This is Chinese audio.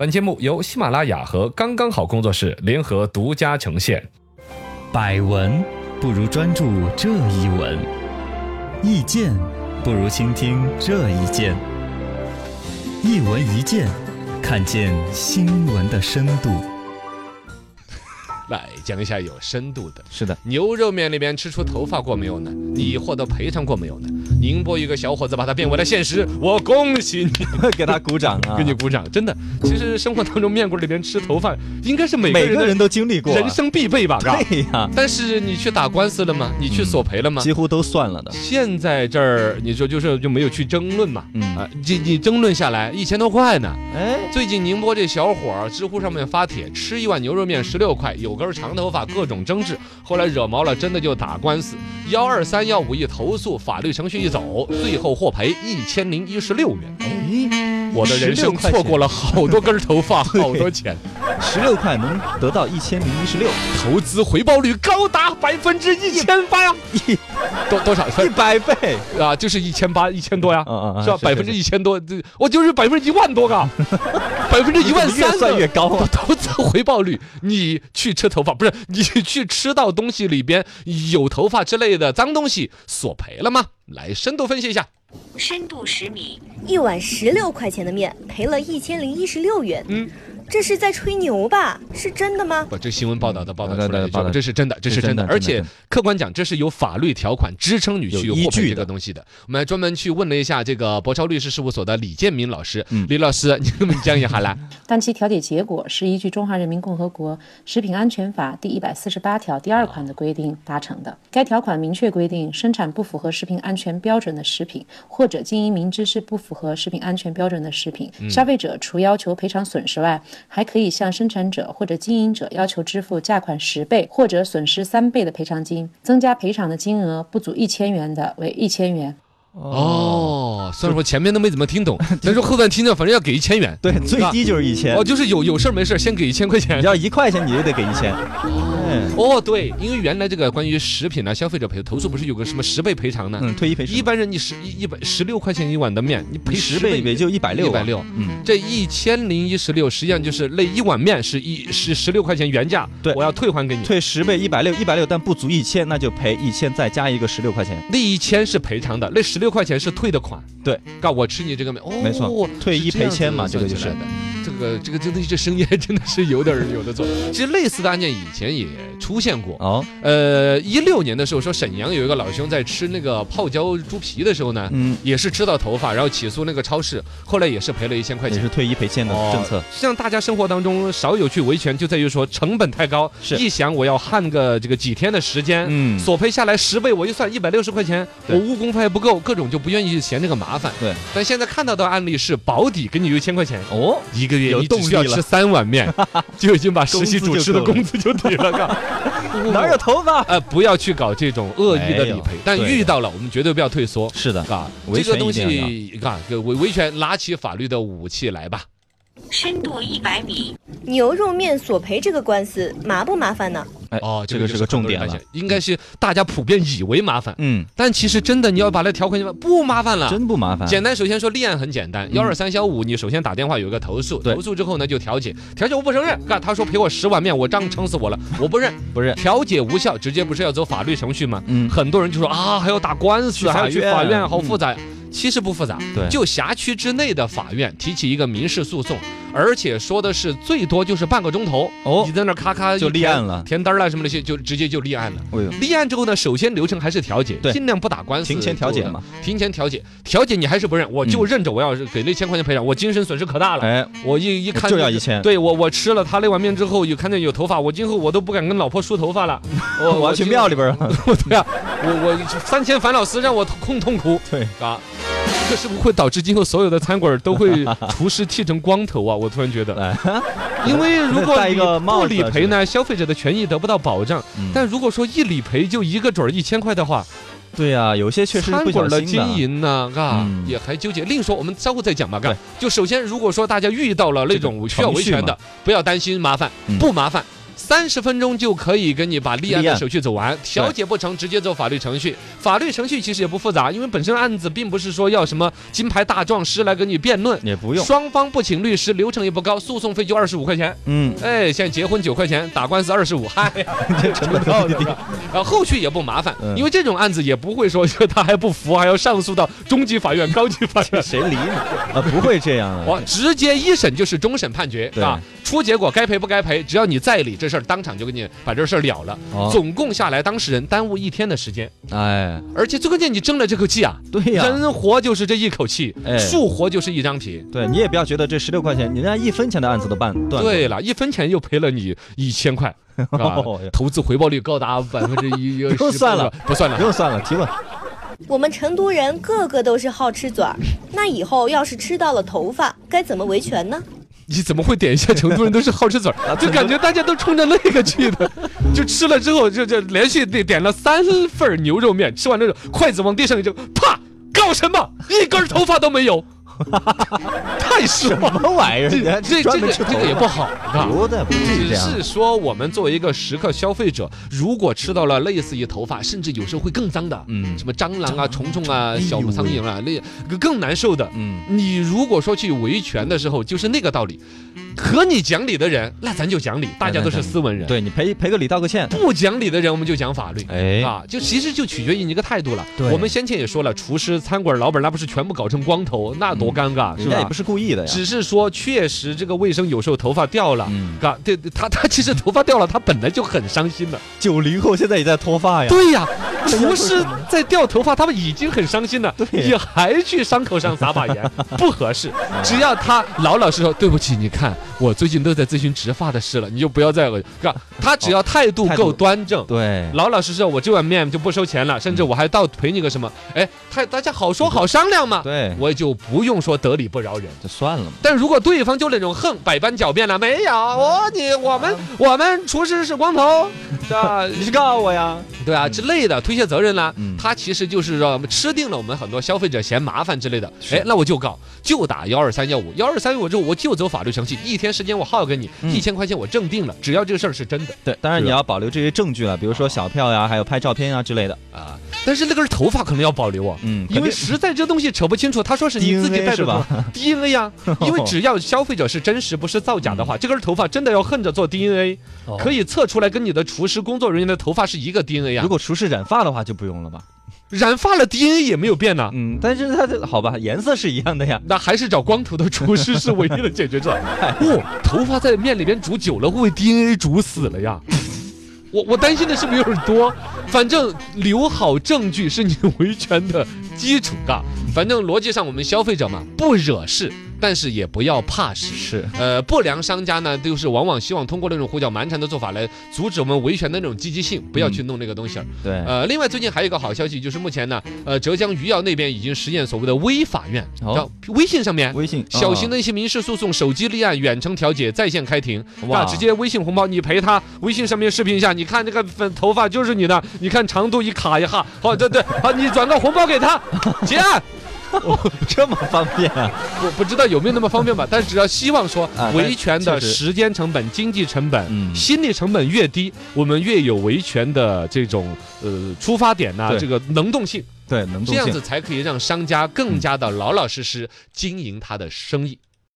本节目由喜马拉雅和刚刚好工作室联合独家呈现。百闻不如专注这一闻，意见不如倾听这一见。一闻一见，看见新闻的深度。来讲一下有深度的。是的，牛肉面里面吃出头发过没有呢？你获得赔偿过没有呢？宁波一个小伙子把它变为了现实，我恭喜你， 给他鼓掌啊！给你鼓掌。真的，其实生活当中面馆里面吃头发应该是每每个个人人都经历过的啊，人生必备吧？嘎对呀、但是你去打官司了吗？你去索赔了吗？几乎都算了的。现在这儿你说就是就没有去争论嘛？嗯啊，你你争论下来一千多块呢。哎，最近宁波这小伙儿，知乎上面发帖，吃一碗牛肉面十六块，有根长头发，各种争执，后来惹毛了，真的就打官司，幺二三幺五一投诉，法律程序一走，最后获赔一千零一十六元。我的人生16块钱错过了好多根头发，好多钱，十六块能得到一千零一十六，投资回报率高达百分之一千八， 一多多少？一百倍。啊，就是一千八、一千多呀，嗯嗯嗯啊是吧？是百分之一千多，这我就是百分之一万多 个，百分之一万越三算越高啊！哦投资回报率，你去吃头发不是？你去吃到东西里边有头发之类的脏东西，索赔了吗？来深度分析一下。深度十米，一碗十六块钱的面赔了一千零一十六元。嗯，这是在吹牛吧？是真的吗？不，这新闻报道的报道对出来对的对嗯报就，道这是真的，这是真的，真的而真的且真的客观讲，这是有法律条款支撑你去有依获赔据这个的东西的。我们还专门去问了一下这个博超律师事务所的李建民老师，嗯李老师，你给我们讲一下 来。但其调解结果是依据《中华人民共和国食品安全法》第一百四十八条第二款的规定达成的。该条款明确规定，生产不符合食品安全标准的食品，或者经营明知是不符合食品安全标准的食品，消费者除要求赔偿损失外，还可以向生产者或者经营者要求支付价款十倍或者损失三倍的赔偿金，增加赔偿的金额不足一千元的为一千元。哦，虽然说前面都没怎么 听懂，但是后段听着反正要给一千元。对，最低就是一千哦，，就是有有事儿没事儿先给一千块钱你。要一块钱你就得给一千。嗯哦，对，因为原来这个关于食品呢，消费者赔投诉不是有个什么十倍赔偿呢？嗯，退一赔十一，般人你十一一百十六块钱一碗的面，你赔十十倍倍也就一百六。一百。六。嗯，这一千零一十六，实际上就是那一碗面是一是十六块钱原价，对我要退还给你。退十倍一百六，一百六但不足一千，那就赔一千，再加一个十六块钱。那一千是赔偿的，那十六块钱是退的款。对，告我吃你这个面，哦，没错退一是这样赔千子嘛这算个就起是来的。这个这个真的这生意还真的是有点儿有的做。其实类似的案件以前也出现过，哦，呃，一六年的时候，说沈阳有一个老兄在吃那个泡椒猪皮的时候呢，嗯，也是吃到头发，然后起诉那个超市，后来也是赔了一千块也钱是。退一赔千的嗯政策哦。实际上，大家生活当中少有去维权，就在于说成本太高，是一想我要焊个这个几天的时间，嗯索赔下来十倍，我一算一百六十块钱，我对误工费还不够，各种就不愿意嫌这个麻烦。对，但现在看到的案例是保底给你一千块钱，哦，一个月有你动只需要力了吃三碗 面， 就已经把实习工主资就持的够了工资就抵了。嘎 哪有头发？呃，不要去搞这种恶意的理赔没有，但对遇到了我们绝对不要退缩。是的，啊，维这个权东一定要西啊，这维维权拿起法律的武器来吧。深度一百米，牛肉面索赔这个官司麻不麻烦呢？哎，哦，这个就是个很重多人点发了现。，应该是大家普遍以为麻烦，嗯，但其实真的你要把那条款不麻烦了。真不麻烦。简单，首啊先说立案很简单，幺二三幺五，你首先打电话有一个投诉，对投诉之后呢就调解，调解我不承认，啊，他说赔我十碗面，我胀撑死我了，我不认，不 认调解无效，直接不是要走法律程序吗？嗯很多人就说啊，还要打官司，去法还要去法院院，好嗯复杂。其实不复杂，对就辖区之内的法院提起一个民事诉讼，而且说的是最多就是半个钟头。哦你在那儿咔咔就一立填案了填单儿啦啊什么那些，就直接就立案了。哎呦，立案之后呢，首先流程还是调解，对尽量不打官司，庭前调解嘛。嗯庭前调解，调解你还是不认，我就认着我要是给那千块钱赔偿，我精神损失可大了。哎，我一一看就那要个一千对我我吃了他那碗面之后，有看见有头发，我今后我都不敢跟老婆梳头发 了。我我要去庙 里边了。我对啊，我我三千烦恼丝让我痛痛苦对，啊。这是不是会导致今后所有的餐馆都 会厨师剃成光头啊？我突然觉得，哎，因为如果 戴一你个帽不子啊理赔呢，消费者的权益得不到保障。嗯但如果说一理赔就一个准儿一千块的话，对呀，有些确实餐不馆小的心经的。营呢，嘎嗯也还纠结。另说，我们稍后再讲吧，嘎对。就首先，如果说大家遇到了那种需要维权这个程序的，不要担心麻烦嗯，不麻烦。三十分钟就可以跟你把立案立的案手续走完，调解不成直接走法律程序。法律程序其实也不复杂，因为本身案子并不是说要什么金牌大状师来跟你辩论，也不用，双方不请律师，流程也不高，诉讼费就二十五块钱。嗯，哎，现在结婚九块钱，打官司二十五，嗨呀， 这成 本高低，然后后续也不麻烦，嗯因为这种案子也不会说他还不服，还要上诉到中级法院、高级法 院。谁理你啊？不会这样我啊，直接一审就是终审判决对啊，出结果该赔不该赔，只要你在理，这事儿当场就给你把这事儿了了。哦总共下来，当事人耽误一天的时间，哎，而且最关键你争了这口气啊，对呀、人活就是这一口气哎，树活就是一张皮。对你也不要觉得这十六块钱，人家一分钱的案子都办断了，对了，一分钱又赔了你一千块，是吧 哦哟？投资回报率高达百分之 一，不用算了，不算 不了。用算了，提问， 我们成都人个个都是好吃嘴儿，那以后要是吃到了头发，该怎么维权呢？你怎么会点一下成都人都是好吃嘴啊儿？就感觉大家都冲着那个去 的，就吃了之后就就连续点点了三份儿牛肉面，吃完之后筷子往地上一扔，啪，搞什么？一根儿头发都没有， 太失什望了。么玩意儿？你还这这专这门个吃头这个也发不好，是吧？不的，不是只这样是说，我们作为一个食客消费者，如果吃到了类似于头发，甚至有时候会更脏的，嗯什么蟑螂啊、虫虫啊、哎呦小喂苍蝇啊，那更难受的。嗯，你如果说去维权的时候，就是那个道理，和你讲理的人，那咱就讲理，大家都是斯文人。，对你赔赔个礼道个歉，不讲理的人，我们就讲法律。哎，啊，就其实就取决于你一个态度了。对我们先前也说了，厨师、餐馆老板那不是全部搞成光头，那嗯多尴尬，是人家也吧不？是故意的呀，只是说，确实这个卫生有时候头发掉了，嗯嘎，对，对他他其实头发掉了，他本来就很伤心了。九零后现在也在脱发呀， 对呀，人家厨为什师么在掉头发，他们已经很伤心了，对也还去伤口上撒把 盐，不合适。只要他老老实实说，对不起，你看我最近都在咨询植发的事了，你就不要再恶嘎。他只要态度态度够端正。哦对，老老实实，我这碗面就不收钱了，甚至我还倒赔你个什么？哎，他大家好说好商量嘛，对我就不用说得理不饶人。就算了嘛，但如果对方就那种横百般狡辩了，没有嗯我你我们我们厨师是光头，是吧？你嗯 是告我呀，对啊之类的推卸责任啦嗯，他其实就是让我们吃定了我们很多消费者嫌麻烦之类的，是哎，那我就告，就打幺二三幺五，幺二三幺五之后我就走法律程序，一天时间我耗给你，嗯一千块钱我挣定了，只要这个事儿是真的对，当然是啊你要保留这些证据了，比如说小票呀，还有拍照片呀之类的，啊。但是那根头发可能要保留啊。嗯，因为肯定实在这东西扯不清楚，他说是你自己 DNA 带的是吧 头发？DNA 呀、因为只要消费者是真实不是造假的话，这根头发真的要恨着做 DNA，、哦可以测出来跟你的厨师工作人员的头发是一个 DNA 呀、如果厨师染发的话就不用了吧，啊染发了 DNA 也没有变呐、嗯，但是它的好吧，颜色是一样的呀，那还是找光头的厨师是唯一的解决之道。哦，头发在面里边煮久了，会不会 DNA 煮死了呀？我我担心的是不是有点多？反正留好证据是你维权的基础啊。反正逻辑上，我们消费者嘛，不惹事，但是也不要怕事。是，呃，不良商家呢，就是往往希望通过那种胡搅蛮缠的做法来阻止我们维权的那种积极性，不要去弄那个东西儿。对，呃，另外最近还有一个好消息，就是目前呢，呃，浙江余姚那边已经实验所谓的微法院，哦叫微信上面。微嗯信哦小型的的一些民事诉讼，手机立案、远程调解、在线开庭，哇那直接微信红包你赔他，微信上面视频一下，你看这个粉头发就是你的，你看长度一卡一下，好，对对，好，你转个红包给他，结案。 这么方便啊，我不知道有没有那么方便吧，但只要希望说啊维权的确实时间成本、经济成本、嗯心理成本越低，我们越有维权的这种呃出发点呐，对这个能动性。对，能这动样性子才可以让商家更加的老老实实经营他的生意。